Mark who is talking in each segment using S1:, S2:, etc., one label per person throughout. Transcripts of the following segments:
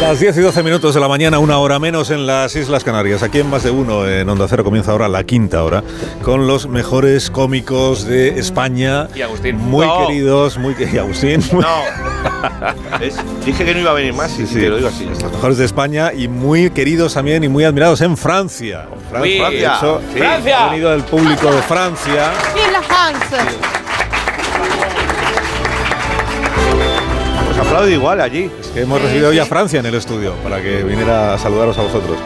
S1: Las 10 y 12 minutos de la mañana, una hora menos en las Islas Canarias. Aquí en Más de Uno, en Onda Cero, comienza ahora la quinta hora, con los mejores cómicos de España.
S2: Y Agustín.
S1: Muy
S2: No.
S1: queridos, muy queridos. Agustín. muy-
S3: No. ¿Ves? Dije que no iba a venir más y
S1: Sí, sí.
S3: te lo digo así. ya está.
S1: Los mejores de España y muy queridos también y muy admirados en Francia. Fran-
S2: Sí.
S1: Francia. eso-
S3: Sí.
S2: ¡Francia!
S1: Ha venido el público de Francia.
S4: Vive la France.
S3: Os aplaude igual allí.
S1: Que hemos recibido hoy a Francia en el estudio para que viniera a saludaros a vosotros.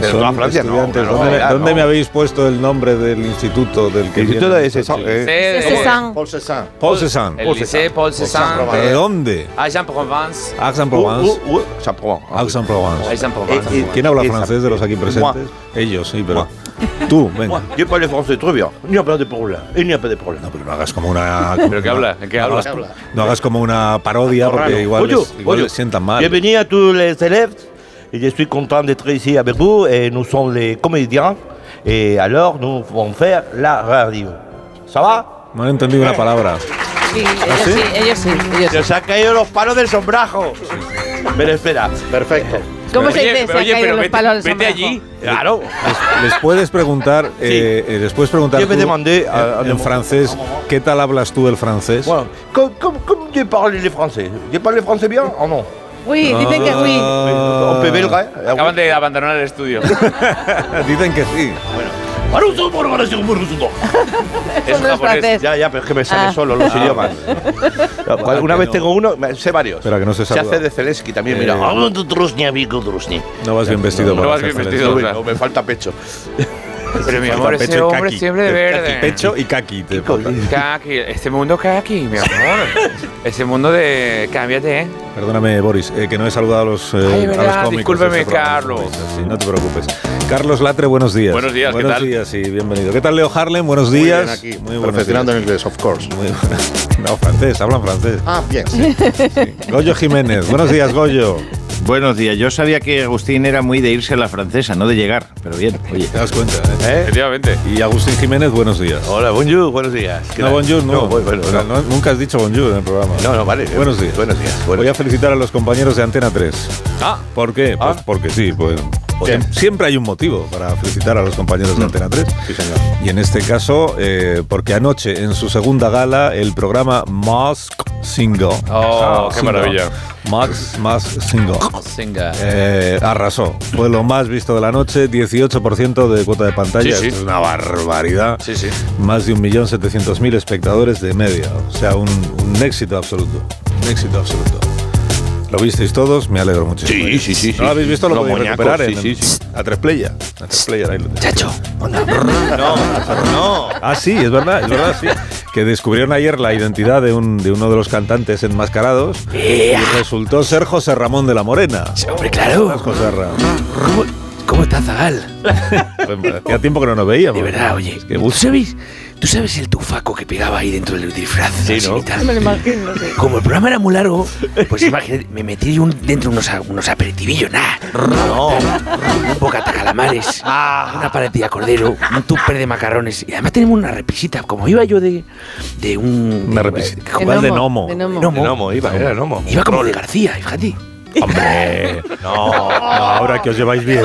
S3: Pero no a Francia, no,
S1: estudiantes.
S3: una
S1: ¿Dónde,
S3: barbaridad,
S1: dónde
S3: no.
S1: me habéis puesto el nombre del instituto del que
S3: El instituto
S1: vienen
S3: de
S1: estos
S3: César,
S1: chicos?
S3: eh.
S2: Sé-
S4: C'est Cézanne.
S5: Paul Cézanne.
S1: Paul Cézanne.
S2: El lycée Paul Cézanne
S5: Cézanne.
S1: ¿De
S2: de
S1: dónde?
S2: Aix-en-Provence.
S1: Aix-en-Provence.
S3: Uh, uh, uh, San Juan.
S1: Aix-en-Provence.
S2: Aix-en-Provence.
S3: Eh, eh,
S1: ¿Quién habla
S3: Esa-
S1: francés de los aquí presentes?
S3: Moi.
S1: Ellos, sí, pero. Tú, venga.
S3: Yo parle français très bien. Il n'y a pas de problème. Il n'y a pas de problème.
S1: No, pero no hagas como una.
S2: ¿Pero qué habla? ¿De qué
S1: no
S2: habla?
S1: hagas- No hagas como una parodia porque
S3: Raro.
S1: igual,
S3: Oye,
S1: les, igual
S3: oye,
S1: les sientan mal.
S3: Bienvenue à tous les élèves. Et je suis content d'être ici avec vous. Et nous sommes les comédiens. Et alors, nous vont faire la radio. Ça va
S1: No he entendido una palabra.
S4: Sí,
S2: ¿Ah,
S4: ellos
S1: sí?
S4: sí, ellos sí, ellos sí.
S3: Se han caído los palos del sombrajo. Pero espera.
S5: Perfecto.
S4: ¿Cómo se
S2: Oye,
S4: dice? Se
S2: pero
S4: ha
S2: oye,
S4: caído
S2: pero
S4: los
S2: vete-
S4: palos del
S2: Vete
S4: sombrajo.
S2: allí.
S3: Eh, Claro.
S1: Les, les puedes preguntar. eh, eh, les puedes preguntar.
S3: Yo me
S1: tú,
S3: demandé a-
S1: en-
S3: a-
S1: en francés. ¿Qué tal hablas tú el francés?
S3: Bueno, com- com- com je parle les français Je parle les français bien ou non
S4: Uy, dicen que
S3: Euh,
S4: uy.
S1: Ah,
S3: On peut belga eh? Ah,
S2: Acaban
S3: oui.
S2: de abandonar el estudio.
S1: Dicen que sí.
S4: Eso no es
S2: japonés.
S4: francés.
S3: Ya, ya, pero es que me sale
S4: Ah.
S3: solo los idiomas. pues,
S1: Ojalá
S3: Una
S1: que
S3: vez
S1: no.
S3: tengo uno, me- sé varios.
S1: Espera, que no se
S3: Se
S1: saluda.
S3: hace de Zelensky también, mira.
S1: Eh,
S3: Ah, no, Drusny, amigo, Drusny.
S1: No vas bien vestido.
S2: no
S1: para
S2: vas
S1: ser
S2: bien
S1: francés.
S2: vestido.
S3: Uy,
S2: o sea.
S3: no, me falta pecho.
S2: Pero mi
S1: Falta
S2: amor, ese
S1: pecho y
S2: hombre
S1: caqui.
S2: siempre de
S1: Caqui,
S2: verde.
S1: Pecho y caqui. te falta.
S2: Kaki, este mundo Kaki, mi amor. Ese mundo de. Cámbiate, ¿eh?
S1: Perdóname, Boris, eh, que no he saludado a los, eh, a los
S2: verdad,
S1: cómicos.
S2: discúlpeme,
S1: de este programa.
S2: Carlos.
S1: Sí, no te preocupes. Carlos Latre, buenos días.
S2: Buenos días, ¿qué
S1: Buenos
S2: tal?
S1: días y bienvenido. ¿Qué tal, Leo Harlem? Buenos
S5: Muy
S1: días.
S5: bien aquí.
S1: Muy buenos días.
S5: Perfeccionando en inglés, of course.
S1: Muy buenas. No, francés, hablan francés.
S5: Ah, bien. sí.
S1: Goyo Jiménez, buenos días, Goyo.
S6: Buenos días, yo sabía que Agustín era muy de irse a la francesa, no de llegar, pero bien, oye.
S1: Te das cuenta, ¿eh?
S3: ¿Eh?
S2: Efectivamente.
S1: Y Agustín Jiménez, buenos días.
S3: Hola, bonjour, buenos días. ¿Qué
S1: No,
S3: tal?
S1: bonjour, no.
S3: bueno, bueno,
S1: O sea,
S3: no.
S1: no- Nunca has dicho bonjour en el programa.
S3: No, no, vale.
S1: Buenos días.
S3: Buenos días.
S1: Voy
S3: buenos
S1: a felicitar a los compañeros de Antena 3.
S2: Ah,
S1: ¿Por qué?
S3: Ah.
S1: Pues porque sí, pues.
S5: Bien.
S1: siem- Siempre hay un motivo para felicitar a los compañeros
S2: Mm.
S1: de Antena 3.
S3: Sí, señor.
S1: Y en este caso, eh, porque anoche en su segunda gala, el programa Mask Single.
S2: Oh, qué maravilla.
S1: Mask, Mask Single.
S2: singa.
S1: eh, arrasó. Fue lo más visto de la noche, 18% de cuota de pantalla.
S2: Sí, sí.
S1: Esto Es una barbaridad.
S2: Sí, sí.
S1: Más de 1.700.000 espectadores de media. O sea, un, un éxito absoluto. Un éxito absoluto. Lo visteis todos, me alegro mucho.
S3: Sí, sí, sí,
S1: ¿No lo
S3: sí.
S1: habéis visto? Lo
S3: Los
S1: podéis
S3: muñecos,
S1: recuperar
S3: sí,
S1: en
S3: sí, sí.
S1: A tres player. A tres player, ahí lo tenéis.
S3: días. No, no.
S1: Ah, sí, es verdad, es verdad, sí. Que descubrieron ayer la identidad de, un, de uno de los cantantes enmascarados y resultó ser José Ramón de la Morena.
S2: Hombre, claro.
S1: José Ramón.
S2: ¿Cómo, está Zagal?
S1: Hacía tiempo que no nos veíamos.
S7: De verdad, oye.
S1: Eh, Es que
S7: ¿Tú
S1: gusto.
S7: sabes, ¿Tú sabes el tufaco que pegaba ahí dentro del disfraz?
S3: Sí,
S7: Así
S3: ¿no?
S7: y tal.
S4: Me lo imagino, sí.
S7: Como el programa era muy largo, pues imagínate, me metí un, dentro unos, a- unos aperitivillos, nada.
S3: No.
S7: Un bocata calamares,
S1: Ah.
S7: una paletilla cordero, un tupper de macarrones. Y además tenemos una repisita. Como iba yo de, de un...
S1: Una
S7: de-
S1: repisita.
S7: que
S1: Como el de Nomo.
S4: De gnomo.
S7: Nomo.
S3: Nomo, iba, era Nomo.
S7: Iba como de García, fíjate.
S1: Hombre, no, no, ahora que os lleváis bien.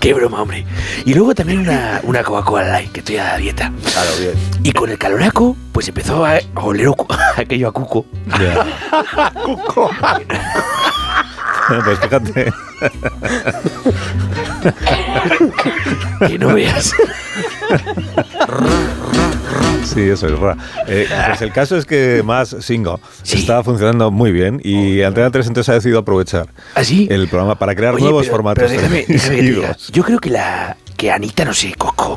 S7: Qué broma, hombre. Y luego también una, una Coca-Cola Light, que estoy a la dieta.
S3: Claro, bien.
S7: Y con el caloraco, pues empezó a a oler a cu- aquello a cuco.
S1: Ya. pues fíjate,
S7: Que no veas.
S1: sí, eso es raro. Eh, pues el caso es que más Singo
S7: Sí.
S1: está funcionando muy bien y Antena 3 entonces ha decidido aprovechar
S7: Así.
S1: el programa para crear
S7: ¿Ah, Oye,
S1: nuevos
S7: pero-
S1: formatos.
S7: pero déjame- déjame que te diga,
S1: televisivos.
S7: yo creo que la que Anita no sé, Coco.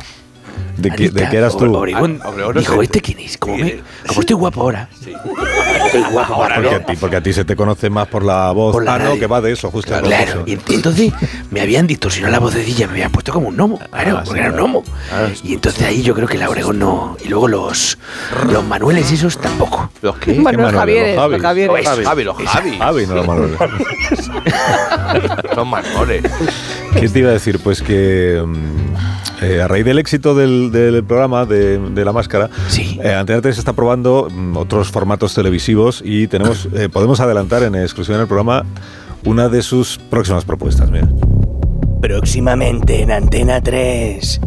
S1: ¿De, qué, ¿De
S7: Anita
S1: qué eras tú?
S7: Obregón
S3: Ah, Obregón, no
S7: dijo,
S3: sé.
S7: ¿este quién es? Como,
S3: Sí,
S7: me-
S3: eh,
S7: como estoy guapo ahora.
S8: guapo y guapo. guapo,
S1: Porque
S8: ¿no?
S1: a, ti, porque a ti se te conoce más por la voz.
S8: Por la
S1: ah, no,
S8: radio.
S1: que va de eso, justo.
S8: Claro,
S1: de
S8: claro.
S1: eso.
S8: Y ent- entonces me habían distorsionado la vocecilla, me habían puesto como un gnomo.
S1: Ah,
S8: Claro, porque era un gnomo. Y entonces ahí yo creo que la Obregón no. Y luego los, los Manueles esos tampoco. Pues,
S2: ¿Los qué?
S1: Qué
S4: Bueno,
S1: Manuel,
S4: los
S1: los
S4: Javieres, los
S1: Javis.
S4: Javieres.
S8: Eso.
S2: Javi, los Javi.
S1: Javi, no la Manuel.
S2: Son mejores.
S1: ¿Qué te iba a decir? Pues que mm, eh, a raíz del éxito del, del programa de, de La Máscara,
S8: Sí.
S1: eh, Antena 3 está probando mm, otros formatos televisivos y tenemos eh, podemos adelantar en exclusiva en el programa una de sus próximas propuestas. Mira.
S7: Próximamente en Antena 3.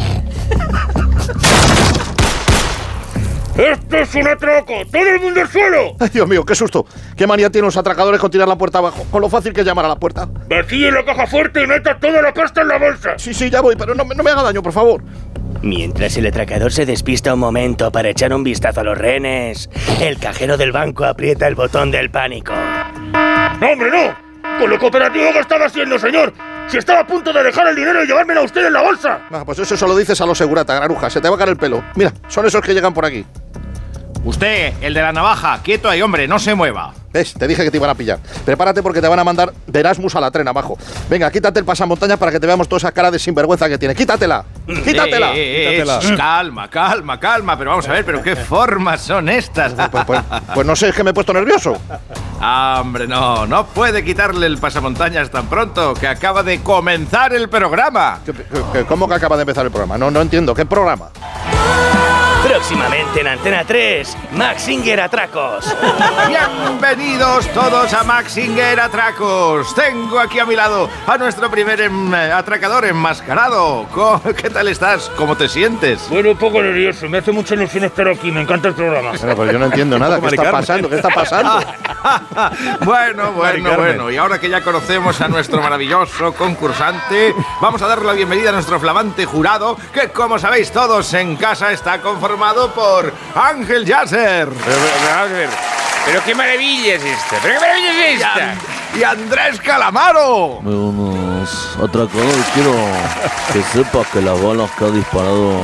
S3: ¡Esto es un atraco! ¡Todo el mundo al suelo!
S5: Ay, Dios mío, qué susto. ¿Qué manía tienen los atracadores con tirar la puerta abajo? Con lo fácil que es llamar a la puerta.
S3: Vacíe la caja fuerte y meta toda la pasta en la bolsa.
S5: Sí, sí, ya voy, pero no, me- no me haga daño, por favor.
S7: Mientras el atracador se despista un momento para echar un vistazo a los rehenes, el cajero del banco aprieta el botón del pánico.
S3: ¡No, hombre, no! Con lo cooperativo que estaba haciendo, señor. Si estaba a punto de dejar el dinero y llevármelo a usted en la bolsa.
S5: Ah, pues eso se lo dices a los segurata, granuja. Se te va a caer el pelo. Mira, son esos que llegan por aquí.
S6: Usted, el de la navaja, quieto ahí, hombre, no se mueva.
S5: ¿Ves? Te dije que te iban a pillar. Prepárate porque te van a mandar de Erasmus a la tren abajo. Venga, quítate el pasamontañas para que te veamos toda esa cara de sinvergüenza que tiene. ¡Quítatela! ¡Quítatela!
S6: Eh, eh, eh, sh, calma, calma, calma, pero vamos a ver, pero qué formas son estas.
S5: Pues, pues- pues no sé, es que me he puesto nervioso.
S6: Ah, hombre, no, no puede quitarle el pasamontañas tan pronto, que acaba de comenzar el programa.
S5: ¿Qué- qué- qué- ¿Cómo que acaba de empezar el programa? No, no entiendo. ¿Qué programa?
S7: Próximamente en Antena 3, Max Singer Atracos.
S6: Bienvenidos todos a Maxinger Atracos. Tengo aquí a mi lado a nuestro primer em, atracador enmascarado. Co- ¿Qué tal estás? ¿Cómo te sientes?
S3: Bueno, un poco nervioso. Me hace mucha ilusión estar aquí. Me encanta el programa.
S5: Bueno, pues yo no entiendo nada. ¿Qué está pasando? ¿Qué está pasando?
S6: bueno,
S1: Mari
S6: bueno,
S1: Carmen.
S6: bueno. Y ahora que ya conocemos a nuestro maravilloso concursante, vamos a darle la bienvenida a nuestro flamante jurado, que como sabéis todos en casa está conformado por Ángel Yasser
S2: Pero, pero, pero vamos a ver. Pero qué maravilla es esta. Pero qué maravilla es
S6: y,
S2: esta.
S6: An- y Andrés Calamaro.
S9: unos atracadores. Quiero que sepas que las balas que ha disparado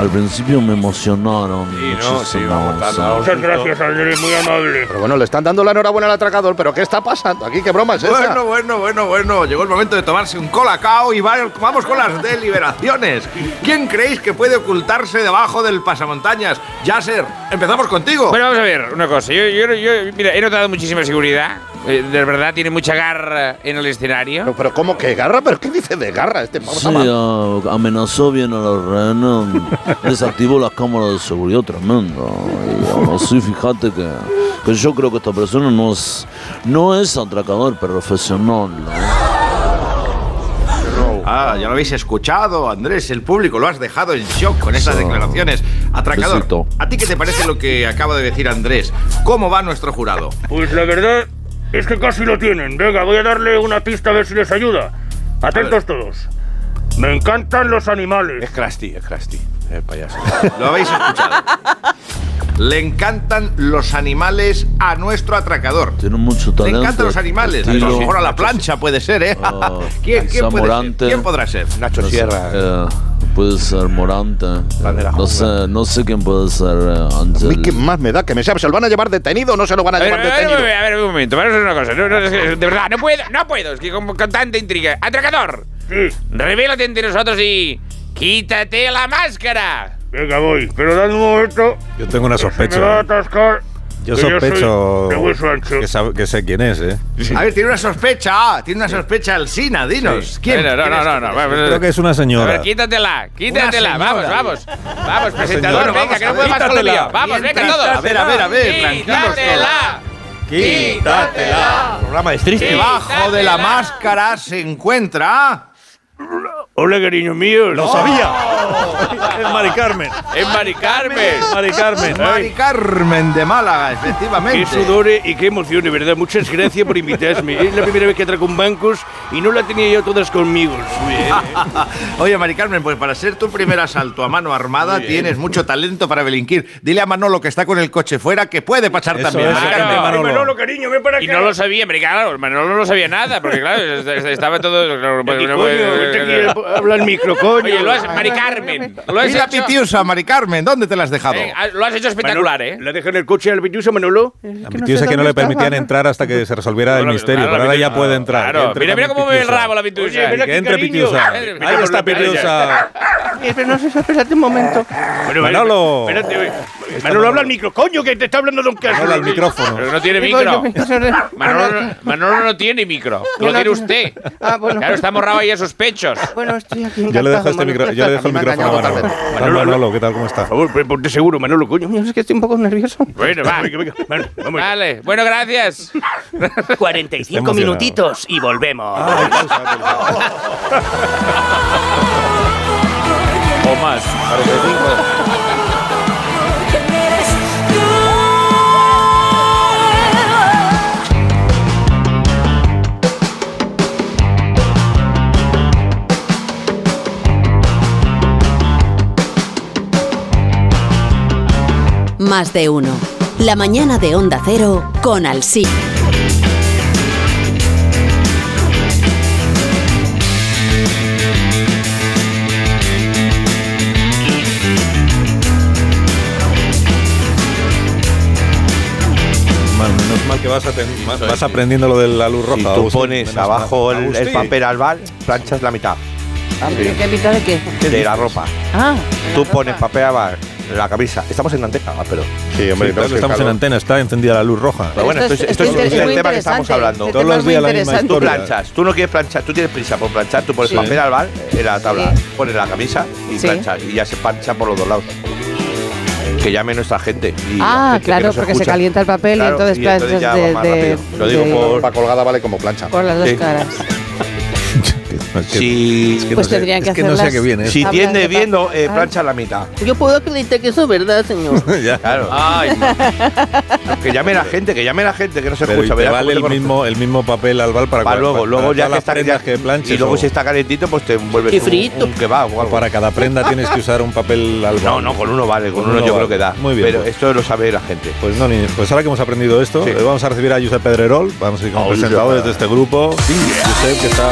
S9: al principio me emocionaron.
S2: Sí, no, sí, vamos,
S9: muchísimo, o sea,
S2: vamos.
S3: Muchas gracias, Andrés. Muy amable.
S5: Pero bueno, le están dando la enhorabuena al atracador, pero ¿qué está pasando? ¿Aquí qué broma es esta?
S6: Bueno, bueno, bueno, bueno. Llegó el momento de tomarse un colacao y va- vamos con las deliberaciones. ¿Quién creéis que puede ocultarse debajo del pasamontañas? Yasser, empezamos contigo.
S2: Bueno, vamos a ver una cosa. Yo, yo, yo- mira, he notado muchísima seguridad. Eh, de verdad, tiene mucha garra en el escenario.
S5: Pero, pero ¿cómo que garra? ¿Pero qué dice de garra este? Vamos
S9: Sí,
S5: a ver.
S9: ah, amenazó bien a los rehenes, desactivó las cámaras de seguridad tremendo. Y así, fíjate que, que yo creo que esta persona no es, no es atracador profesional. ¿no?
S6: Ah, ya lo habéis escuchado, Andrés. El público lo has dejado en shock con estas declaraciones. Atracador,
S9: Besito.
S6: ¿a ti qué te parece lo que acaba de decir Andrés? ¿Cómo va nuestro jurado?
S3: Pues la verdad es que casi lo tienen. Venga, voy a darle una pista a ver si les ayuda. Atentos todos. Me encantan los animales.
S2: Krusty, es Krusty, el payaso.
S6: Lo habéis escuchado. Le encantan los animales a nuestro atracador.
S9: Tiene mucho
S6: Le
S9: talento.
S6: encantan los animales. A
S9: estilo,
S6: lo mejor a la plancha puede ser, ¿eh?
S9: Ah,
S6: ¿Quién, quién puede ser?
S9: Zamorante.
S6: ¿Quién podrá ser?
S9: no sé, eh, puede ser Morante. No sé, no sé quién puede ser eh,
S5: A mí
S9: Ángel.
S5: qué más me da que me sea, ¿se lo van a llevar detenido o no se lo van a,
S2: A ver, a
S5: llevar
S2: ver, a
S5: detenido?
S2: ver, a ver, un momento, vamos a hacer una cosa. No, no, es que, de verdad, no puedo, no puedo. Es que con, con tanta intriga. ¡Atracador!
S3: Sí.
S2: Mm. Revélate entre nosotros y. ¡Quítate la máscara!
S3: Venga, voy. Pero dame un momento.
S1: Yo tengo una
S3: que Se me va a
S1: sospecha.
S3: atascar.
S1: Yo
S3: que soy
S1: sospecho
S3: de hueso ancho.
S1: que, sab- que sé quién es, ¿eh?
S6: A ver, tiene una sospecha. ah, Tiene una sospecha al Sina, dinos.
S2: A
S6: ¿Quién?
S2: ver, no,
S6: quién
S2: no,
S6: es?
S2: no,
S6: este?
S2: no. vamos,
S1: Creo que es una
S2: A
S1: señora.
S2: ver, quítatela, quítatela. Vamos,
S6: señora.
S2: vamos. Vamos, presentador,
S1: señora.
S2: venga, que no
S6: Vamos
S2: puedo
S6: a ver,
S2: más con lo
S1: quítatela.
S2: mío. Vamos, venga,
S6: Mientras-
S2: todos.
S6: a ver, a ver, a ver, tranquilos
S2: Quítatela. Quítatela.
S10: programa es triste.
S6: Debajo de la
S2: Quítatela.
S6: máscara se encuentra.
S3: Hola, cariño mío.
S1: ¡Lo sabía! es Mari Carmen.
S2: Es Mari Carmen.
S1: Mari Carmen.
S6: Mari
S11: ¿eh?
S6: Carmen de Málaga, efectivamente.
S3: Qué sudores y qué emoción, de verdad. Muchas gracias por invitarme. Es la primera vez que atraco un bancos y no la tenía yo todas conmigo.
S6: Oye, Mari Carmen, pues para ser tu primer asalto a mano armada tienes mucho talento para delinquir. Dile a Manolo que está con el coche fuera que puede pasar
S1: Eso
S6: también.
S1: es,
S6: Mari
S1: eso
S6: Carmen.
S1: es, Manolo.
S3: cariño, ven para
S2: Y no lo sabía, pero claro, Manolo no lo sabía nada, porque claro, est- est- estaba todo.
S7: eh,
S3: ¿Qué coño? Vete aquí a hablar Este al micro, coño.
S2: Oye, lo has, Mari
S12: Carmen. Lo has
S13: Mira,
S12: hecho-
S13: Pitiusa, Mari Carmen, ¿dónde te la has dejado?
S12: Eh, ah, lo has hecho espectacular, ¿eh?
S2: ¿La dejé en el coche al Pitiusa, Manolo?
S1: A mi tío es que no le permitían entrar hasta que se resolviera el misterio,
S12: claro,
S1: pero ahora
S12: la
S1: ya
S12: Pitiusa.
S1: puede entrar.
S12: Claro,
S1: Que entre
S12: mira, mira
S1: también
S12: cómo mueve el
S1: Pitiusa.
S12: rabo la Pitiusa.
S1: Que entre Pitiusa. Ahí está Pitiusa.
S4: Pero no sé, espérate un momento.
S2: Bueno,
S1: Manolo.
S2: Espérate, güey. Manolo, habla al micro, coño, que te está hablando Don Carlos.
S1: Manolo, al micrófono.
S12: Pero no tiene
S4: Digo,
S12: micro.
S4: yo pienso ser-
S12: Manolo, Manolo no tiene micro. Lo tiene usted.
S4: Ah, bueno.
S12: Claro, está morrado ahí a sus pechos.
S4: Bueno, estoy aquí.
S1: Yo le dejo,
S4: encantado,
S1: este micro-
S4: Manolo.
S1: yo le dejo el
S5: me ha
S1: micrófono a
S5: engañado
S1: Manolo.
S5: totalmente.
S1: Manolo, Manolo, ¿qué tal? ¿Cómo está?
S2: Por favor, ponte seguro, Manolo, coño.
S4: Yo es que estoy un poco nervioso.
S12: Bueno, va.
S2: Venga, venga, Manolo, vamos.
S12: Vale. Bueno, gracias.
S14: 45
S1: emocionado.
S14: minutitos y volvemos.
S2: O más.
S15: Más de uno. La mañana de Onda Cero con Alsina.
S1: Man, menos mal que vas, aten- ma- vas aprendiendo lo de la luz roja.
S11: Si tú
S1: Agustín.
S11: pones
S1: Menos mal.
S11: abajo el, el
S1: Agustín.
S11: papel al bal, planchas la mitad Ah,
S4: ¿Qué mitad de qué?
S11: de la ropa.
S4: Ah,
S11: Tú pones papel al bal, la camisa. Estamos en Anteca, ah, perdón.
S5: Sí, hombre,
S1: Pero
S5: no,
S1: estamos en
S5: sí, claro.
S1: antena, está encendida la luz roja.
S11: Pero bueno,
S4: Esto
S11: esto es,
S4: es-
S11: esto
S4: esto
S11: es
S4: es
S11: el
S4: muy
S11: tema que estamos
S4: interesante.
S11: hablando.
S4: Este
S1: Todos los
S4: tema
S1: días
S4: es muy
S1: la misma
S4: interesante.
S11: Tú
S1: historia.
S11: planchas, tú no quieres planchar, tú tienes prisa por planchar, tú pones
S4: Sí.
S11: papel al bal en la tabla,
S4: Sí.
S11: pones la camisa y
S4: Sí.
S11: planchas, y ya se plancha por los dos lados. Que llame nuestra gente. y la
S4: Ah,
S11: gente que
S4: claro,
S11: nos
S4: porque se
S11: escucha.
S4: calienta el papel
S11: Claro,
S4: y entonces planchas
S11: ya va
S4: de,
S11: más
S4: de-
S11: rápido. Lo digo
S4: de-
S11: por.
S5: Para colgada vale como plancha.
S4: por las dos
S11: Sí.
S4: caras.
S1: Es que-
S11: Si,
S1: es que
S4: Pues
S1: no sé-
S4: tendrían que
S1: es que no sé a
S4: hacerlas-
S1: qué viene.
S11: si
S4: Habla
S11: tiende
S4: de
S11: bien, no, eh,
S4: Ah.
S11: plancha la mitad.
S4: Yo puedo acreditar que eso es verdad, señor.
S1: Ya.
S11: Claro. Ah,
S2: Ay, no.
S11: Que llame la gente, que llame la gente que no se
S1: Pero y
S11: escucha.
S1: te
S11: verás
S1: vale
S11: cómo
S1: el
S11: te
S1: mismo, el mismo papel al bal para,
S11: Para luego,
S1: para-
S11: luego
S1: para
S11: ya
S1: todas
S11: que
S1: las
S11: está
S1: prendas
S11: ya-
S1: que planches.
S11: Y luego
S1: o-
S11: si está calentito, pues te envuelves un-
S4: Frito.
S11: un, kebab o
S1: o
S11: algo.
S1: para cada prenda tienes que usar un papel al bal.
S11: No, no, con uno vale, con,
S1: Con
S11: uno,
S1: uno
S11: yo
S1: vale.
S11: creo que da.
S1: Muy bien,
S11: Pero
S1: pues.
S11: esto lo sabe la gente.
S1: Pues no, niños, pues ahora que hemos aprendido esto,
S11: Sí.
S1: eh, vamos a recibir a Josep Pedrerol, vamos a ir como
S11: Hola.
S1: presentadores de este grupo. Josep, que está.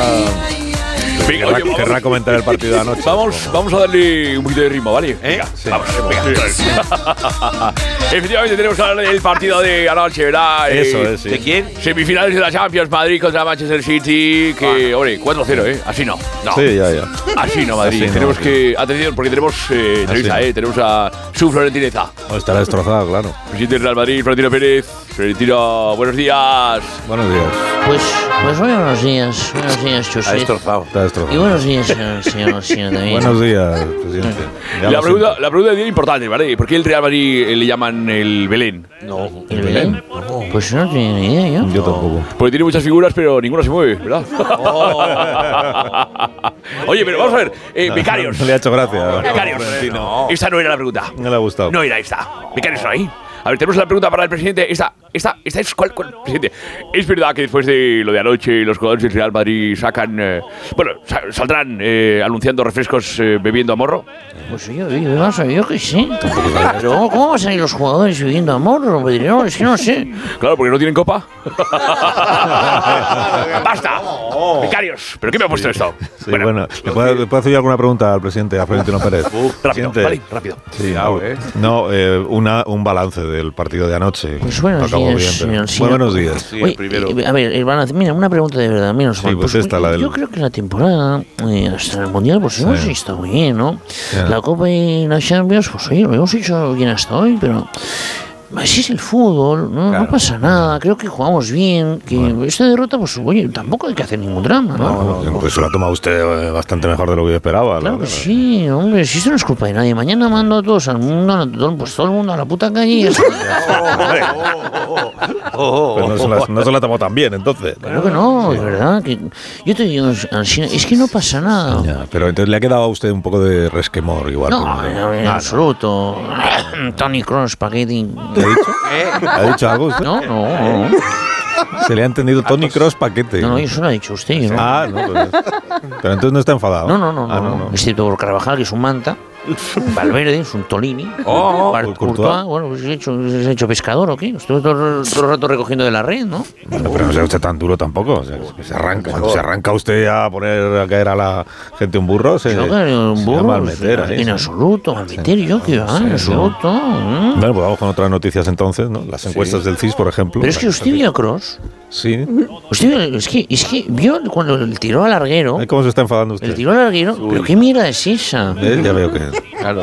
S2: Venga,
S1: Querrá,
S2: oye, vamos.
S1: querrá comentar el partido de anoche.
S2: Vamos, vamos a darle un poquito de ritmo,
S12: ¿Eh?
S2: ¿vale? Venga, vamos, venga. Efectivamente, tenemos ahora el partido de anoche, ¿verdad? Eh,
S1: Eso es, sí.
S11: ¿De quién?
S2: Semifinales de la Champions, Madrid contra Manchester City,
S12: Ah.
S2: que, hombre, 4-0, ¿eh? Así no, no.
S1: Sí, ya, ya.
S2: Así no, Madrid.
S1: Así no,
S2: tenemos
S1: Madrid.
S2: que. Atención, porque tenemos eh, entrevista,
S1: Así no.
S2: ¿eh? Tenemos a su Florentineza.
S1: Oh, estará destrozado, claro.
S2: Presidente del Real Madrid, Florentino Pérez. Florentino, buenos días.
S1: Buenos días.
S9: Pues, pues muy buenos días, buenos días,
S11: Ha
S9: José.
S11: destrozado.
S1: Está
S9: Y
S1: destrozado.
S9: buenos días, señor, señor, señor David.
S1: Buenos días, presidente. Ya
S2: La
S1: lo
S2: pregunta,
S1: siento.
S2: la pregunta del día es importante, ¿vale? ¿Por qué el Real Madrid eh, le llaman el Belén?
S9: ¿Y ¿El Belén? Pues no tenía ni idea yo.
S1: Yo tampoco.
S2: Porque tiene muchas figuras, pero ninguna se mueve, ¿verdad? Oye, pero vamos a ver, eh, becarios.
S1: No le ha hecho gracia.
S2: Becarios.
S1: Florentino.
S2: Esta no era la pregunta.
S1: No le ha gustado.
S2: No era esta. Becarios no hay. A ver, tenemos la pregunta para el presidente. Esta, esta, esta es cuál, cuál, presidente. ¿Es verdad que después de lo de anoche los jugadores del Real Madrid sacan, eh, bueno, sa- saldrán eh, anunciando refrescos eh, bebiendo a morro?
S9: Pues yo, yo, vamos a ver, yo qué sé. Pero ¿cómo- ¿cómo van a ir los jugadores viviendo amor, Pedro? Es que no sé.
S2: Claro, porque no tienen copa. ¡Basta! Becarios. ¿Pero qué me ha puesto esto?
S1: Sí, bueno, ¿le, puedo, le puedo hacer yo alguna pregunta al presidente, a Florentino Pérez?
S2: Rápido,
S1: Presidente,
S2: vale, rápido.
S1: Sí, no, no, eh, una, un balance del partido de anoche.
S9: Pues buenos
S1: Lo acabo
S9: días,
S1: bien, pero-
S9: señor,
S1: Muy
S9: señor.
S1: buenos días.
S11: Sí, el
S9: Oye,
S11: primero.
S9: eh, a ver, el balance. Mira, una pregunta de verdad. Mira, Osvaldo,
S1: pues esta, la del-
S9: Yo creo que la temporada, eh, hasta el Mundial, pues hemos estado bien, ¿no?
S1: Ya.
S9: La Copa y la Champions, pues oye, lo hemos hecho bien hasta hoy, pero. Así es el fútbol, no, no pasa nada, creo que jugamos bien, que esta derrota, pues oye, tampoco hay que hacer ningún drama, ¿no?
S1: Pues se lo ha tomado usted eh, bastante mejor de lo que yo esperaba. la
S9: Claro que
S1: verdad.
S9: sí, hombre, si esto no es culpa de nadie. Mañana mando a todos al mundo, a todo, pues todo el mundo a la puta calle y eso.
S1: Pues no, se la, no se la ha tomado tan bien, entonces.
S9: Claro que no, de verdad. Que, yo te digo, Alsina, es que no pasa nada.
S1: Ya, pero entonces le ha quedado a usted un poco de resquemor, igual.
S9: No,
S1: como- Ah,
S9: no, en absoluto. Tony Cross, Spaghetti.
S1: ¿Ha dicho algo usted?
S9: No, no, no.
S1: Se le ha entendido Tony Cross paquete.
S9: No, no, eso lo ha dicho usted. ¿no?
S1: Ah, no. pues Pero, pero entonces no está enfadado.
S9: No, no, no,
S1: Ah,
S9: no, no. Excepto por Carvajal, que es un manta. Valverde, es un Tolini.
S12: Oh, oh,
S9: Bart
S12: Courtois.
S9: Courtois. Bueno, pues, ¿se ha hecho, se ha hecho pescador o qué? Estuvo todo, todo el rato recogiendo de la red, ¿no?
S1: Bueno, pero no sea usted tan duro tampoco. o sea, es que se arranca. Cuando se arranca usted a poner a caer a la gente un burro, se,
S9: Yo que un
S1: se
S9: burro,
S1: llama al meter,
S9: en
S1: ¿eh?
S9: absoluto, al meter yo que va, en absoluto. ¿eh?
S1: Bueno, pues vamos con otras noticias entonces, ¿no? Las encuestas del CIS, por ejemplo.
S9: Pero es que usted vio a Cross.
S1: Sí.
S9: Usted, es, que, es que vio cuando el tiró al larguero.
S1: ¿eh? ¿Cómo se está enfadando usted?
S9: El tiró al larguero. ¿Pero qué mierda es esa?
S1: ¿Eh? Ya veo que. Claro.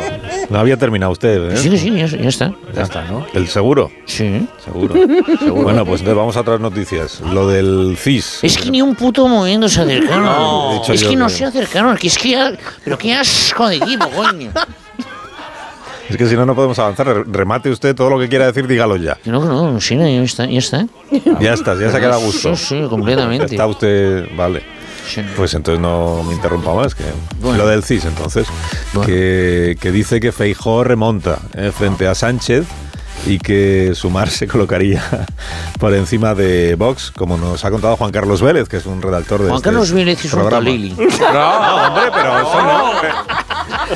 S1: No había terminado usted, ¿eh?
S9: Sí, que sí, ya, ya está.
S1: Ya está, ¿no? ¿El seguro?
S9: Sí. ¿eh?
S1: Seguro. Bueno, pues entonces vamos a otras noticias. Lo del CIS.
S9: Es que ni un puto momento se acercaron.
S1: No, he dicho
S9: es
S1: yo
S9: que no
S1: que-
S9: se acercaron. Que es que ya- Pero qué asco de equipo, coño.
S1: Es que si no, no podemos avanzar. Re- Remate usted todo lo que quiera decir, dígalo ya.
S9: Que No, que no, no, sí, no, ya está. Ya está.
S1: Ya está, ya se ha quedado a gusto.
S9: Sí, sí, completamente.
S1: Ya Está usted, vale. Pues entonces no me interrumpa más. Que
S9: Bueno.
S1: Lo del CIS, entonces, que, que dice que Feijó remonta eh, frente a Sánchez y que Sumar se colocaría por encima de Vox, como nos ha contado Juan Carlos Vélez, que es un redactor de
S9: Juan
S1: este
S9: Carlos Vélez es un
S1: programa.
S9: talili.
S1: No, hombre, pero eso no.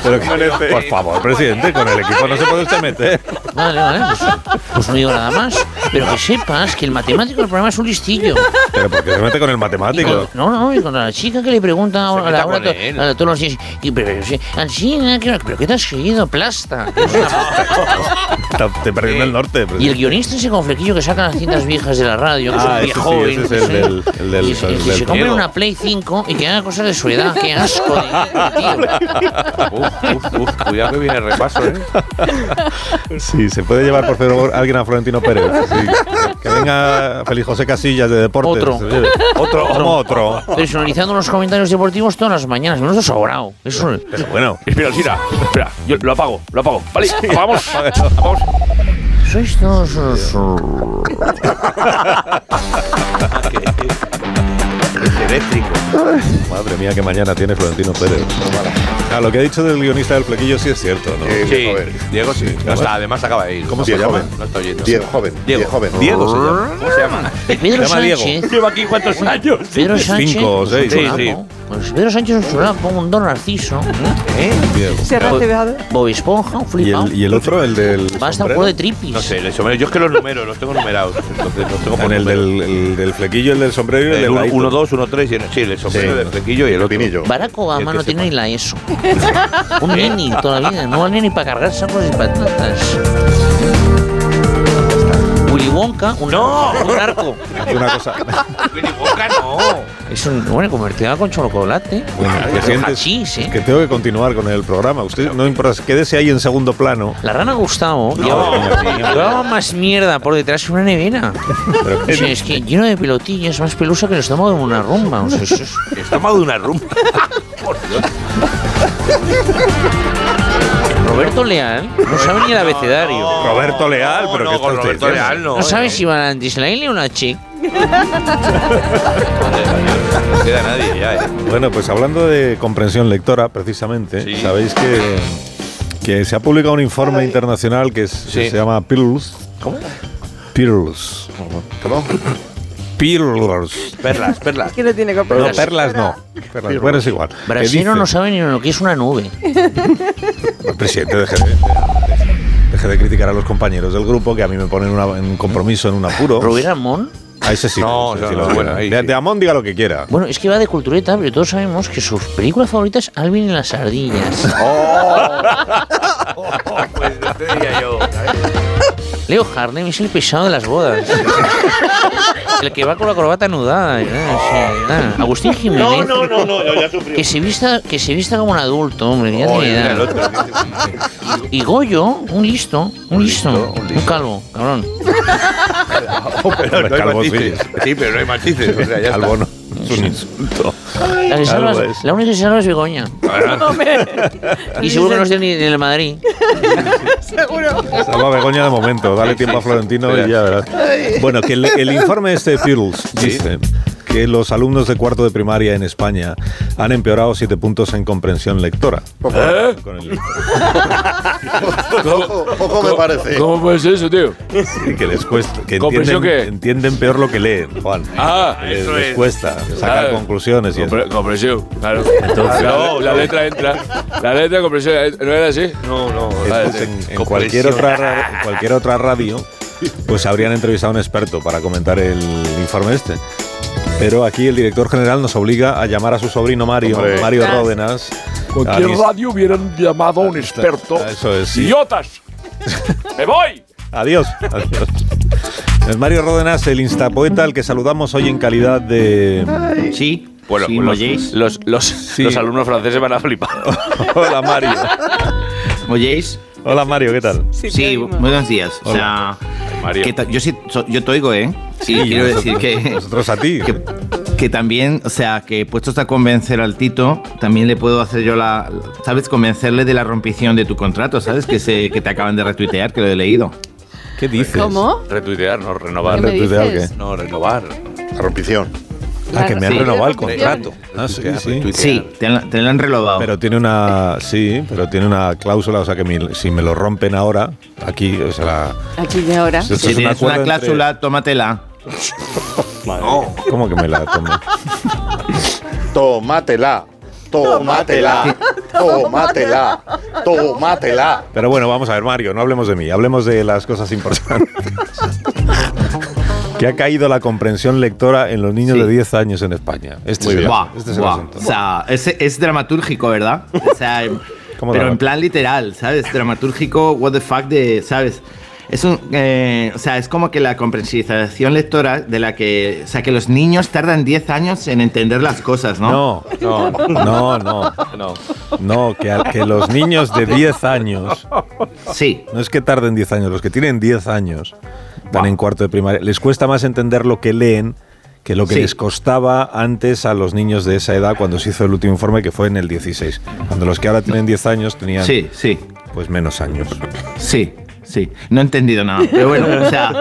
S1: Pero que- por favor, presidente, con el equipo no se puede usted meter.
S9: Vale, vale, pues, pues no digo nada más. Pero que sepas que el matemático del programa es un listillo.
S1: Pero porque se mete con el matemático.
S9: No, no, y con la chica que le pregunta a
S1: meta
S9: la hora
S1: con
S9: to-
S1: él.
S9: a la- todos los días. Y, pero, pero, sí, así, ¿no? ¿Qué- pero ¿qué te has creído? Plasta.
S1: Está- Te perdiendo el norte.
S9: Y el
S1: presidente.
S9: guionista ese con flequillo que saca las cintas viejas de la radio, que
S1: Ah, ese
S9: es un viejo.
S1: sí, ese es el del- el del-
S9: y se,
S1: Ah, el
S9: y
S1: del
S9: se compra
S1: Diego.
S9: una Play 5 y que haga cosas de su edad. ¡Qué asco!
S13: Uf, uf, uf, cuidado que viene el repaso, ¿eh?
S1: Sí, se puede llevar por favor alguien a Florentino Pérez. sí. Que venga Feliz José Casillas de Deportes.
S9: Otro.
S1: se lleve. Otro. ¿Cómo otro?
S9: Personalizando los comentarios deportivos todas las mañanas. Menos sobrado. Es un-
S1: Bueno.
S2: Espera, Sira. Espera, yo lo apago, lo apago. Vale,
S9: Sí.
S2: apagamos. apagamos.
S9: Sois todos. unos-
S1: Es eléctrico. Madre mía, que mañana tiene Florentino Pérez. Ah, lo que ha dicho del guionista del flequillo sí es cierto, ¿no?
S13: Sí, Diego sí. No
S1: además-
S13: está, además acaba de ir.
S1: ¿Cómo se
S13: Diego
S1: llama?
S13: Joven. No estoy oyendo.
S5: Diego Joven.
S13: Diego Joven. Diego se llama. ¿Cómo se llama?
S9: Pedro Sánchez.
S2: Lleva aquí cuántos años.
S9: Pedro Sánchez.
S1: Cinco o seis.
S9: Sí,
S1: Sí,
S9: Pues Pedro Sánchez es un chulapo, un don Narciso. ¿Eh?
S1: Diego.
S9: Bob Esponja, un
S1: ¿Y
S9: flipado.
S1: el, y el otro, el del.
S9: Basta un
S1: sombrero?
S9: juego de tripis.
S13: No sé, les- yo es que los numero, los tengo numerados. Entonces los tengo por
S1: Con el
S13: número.
S1: del, el del flequillo, el del sombrero y el
S13: El
S1: del.
S13: 1,
S1: ladito.
S13: 2, 1, 3 y el sí, el sombrero
S1: Sí.
S13: del flequillo y el otro. Pinillo.
S9: Barack Obama
S13: El que
S9: no
S13: se
S9: tiene ni la ESO. Un nini toda la vida. No vale ni para cargar sacos y patatas. Willy Wonka, un, un narco.
S1: Una cosa.
S9: Es un, bueno, convertido con chocolate.
S1: Bueno, presidente,
S9: Hachís, ¿eh?
S1: que tengo que continuar con el programa. Usted no importa, quédese ahí en segundo plano.
S9: La rana Gustavo llevaba, llevaba más mierda por detrás que una nevera. O sea, es que lleno de pelotillas, más pelusa que el estómago de una rumba. O sea, eso es-
S13: Estómago de una rumba.
S9: Roberto Leal no sabe ni el abecedario.
S1: Roberto Leal, pero ¿qué está usted diciendo?
S9: No sabe si van a Disneyland o una chica.
S13: No queda nadie ya, ¿eh?
S1: Bueno, pues hablando de comprensión lectora, precisamente, sabéis que, que se ha publicado un informe internacional que, es- que se llama Pills. ¿Cómo? Pills. ¿Cómo? Pills.
S13: Perlas, perlas.
S4: que no tiene
S1: Pero
S4: compromiso.
S1: perlas no. Perlas. Bueno, es igual. Que
S9: Brasero
S1: dice-
S9: no sabe ni lo que es una nube.
S1: El presidente deje de, de- deje de criticar a los compañeros del grupo que a mí me ponen una- en un compromiso, en un apuro.
S9: ¿Rubén Amón?
S1: A ese sí.
S13: No,
S1: ese
S13: no,
S1: sí
S13: no,
S1: lo digo.
S13: bueno, ahí
S1: de,
S13: sí.
S1: de Amón diga lo que quiera.
S9: Bueno, es que va de cultureta, pero todos sabemos que su película favorita es Alvin y las ardillas.
S13: Pues no te diría yo.
S9: Leo Harlem es el pesado de las bodas. el que va con la corbata anudada. ¿eh? O sea, nada. Agustín Jiménez.
S11: no, no, no, yo ya sufrí.
S9: Que se vista, que se vista como un adulto, hombre, ya tiene edad.
S13: el otro.
S9: Y Goyo, un listo, un, listo, un calvo, cabrón.
S13: Pero no hay
S1: Calvo,
S13: matices. Sí, pero no hay matices. O sea, ya
S1: Calvo
S13: está.
S1: no. Es un insulto.
S9: La, que se
S1: Calvo
S9: salva-
S1: es.
S9: la única que se salva es Begoña. Y seguro que no es de ni del Madrid.
S4: Seguro.
S1: Salva a Begoña de momento. Dale tiempo a Florentino y ya verás. Bueno, que el, el informe este de Pirls dice que los alumnos de cuarto de primaria en España han empeorado 7 puntos en comprensión lectora.
S5: ¿Eh?
S1: Poco,
S5: poco me parece.
S2: ¿Cómo puede ser eso, tío?
S1: Sí, que les cuesta. Que
S2: ¿Comprensión
S1: entienden, entienden peor lo que leen, Juan.
S2: Ah,
S1: les,
S2: eso
S1: les
S2: es.
S1: cuesta sacar
S2: Claro.
S1: conclusiones y eso.
S2: Compresión, claro. la, la letra entra. La letra de compresión, eh, ¿no era así? No, no.
S1: Entonces, en, en cualquier otra, ra- en cualquier otra radio, pues habrían entrevistado a un experto para comentar el informe este. Pero aquí el director general nos obliga a llamar a su sobrino Mario,
S2: Hombre.
S1: Mario Ródenas.
S2: Cualquier
S1: Adis-
S2: radio hubieran llamado a un experto.
S1: Ah, Eso es, sí.
S2: ¡Idiotas! ¡Me voy!
S1: Adiós. Adiós. Es Mario Ródenas, el instapoeta, al que saludamos hoy en calidad de...
S2: Sí. Bueno,
S1: Sí,
S2: pues
S1: ¿me
S2: los, los, los- los alumnos franceses van a flipar.
S1: Hola, Mario.
S6: ¿Me oyéis?
S1: Hola, Mario, ¿qué tal?
S6: Sí, buenos días. O sea, que ta- yo, sí, so- yo te oigo, ¿eh?
S1: Sí,
S6: y quiero
S1: nosotros-
S6: decir que.
S1: Nosotros a ti.
S6: Que, que también, o sea, que puestos a convencer al Tito, también le puedo hacer yo la. ¿Sabes? Convencerle de la rompición de tu contrato, ¿sabes? Que, se, que te acaban de retuitear, que lo he leído.
S1: ¿Qué dices?
S4: ¿Cómo?
S2: Retuitear, no renovar.
S6: ¿Qué me ¿Retuitear dices?
S2: qué? No, renovar.
S5: La rompición.
S1: Ah, que me han
S6: Sí.
S1: renovado el
S6: Retuitear.
S1: contrato. Ah, sí,
S6: pues
S1: sí.
S6: Sí, te la- te lo han renovado.
S1: Pero tiene una. Sí, pero tiene una cláusula, o sea que mi- si me lo rompen ahora, aquí, o sea. la-
S4: Aquí de ahora.
S1: Esto es
S6: Si
S1: un
S6: tienes una
S1: acuerdo entre-
S6: cláusula, tómatela.
S1: No. ¿Cómo que me la tomo?
S5: Tómatela. Tómatela. Tómatela. Tómatela.
S1: Pero bueno, vamos a ver, Mario, no hablemos de mí, hablemos de las cosas importantes. que ha caído la comprensión lectora en los niños de 10 años en España. Este es el-
S6: Buah,
S1: este es el
S6: buah.
S1: asunto.
S6: O sea, es, es dramatúrgico, ¿verdad? O sea, em, pero en
S1: dramatúrgico?
S6: plan literal, ¿sabes? Dramatúrgico, what the fuck de, ¿sabes? Es un, eh, o sea, es como que la comprensibilización lectora de la que, o sea, que los niños tardan 10 años en entender las cosas, ¿no?
S1: No, no, no.
S2: No.
S1: No, que, a- que los niños de 10 años.
S6: Sí.
S1: No es que tarden 10 años, los que tienen 10 años están en cuarto de primaria. Les cuesta más entender lo que leen que lo que
S6: Sí.
S1: les costaba antes a los niños de esa edad cuando se hizo el último informe, que fue en el 16. Cuando los que ahora tienen 10 años tenían.
S6: Sí, sí.
S1: Pues menos años.
S6: Sí, sí. No he entendido nada. Pero bueno, o sea,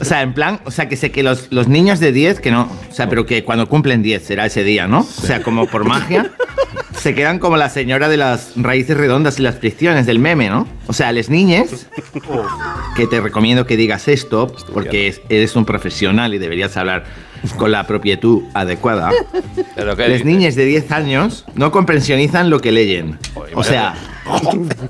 S6: o sea, en plan, o sea, que sé que los, los niños de 10, que no, o sea, pero que cuando cumplen 10 será ese día, ¿no? O sea, como por magia, se quedan como la señora de las raíces redondas y las fricciones del meme, ¿no? O sea, les niñes, que te recomiendo que digas esto, porque es- eres un profesional y deberías hablar con la propietud adecuada.
S2: Pero qué
S6: Las
S2: dices,
S6: niñas de 10 años no comprensionizan lo que leyen. O sea,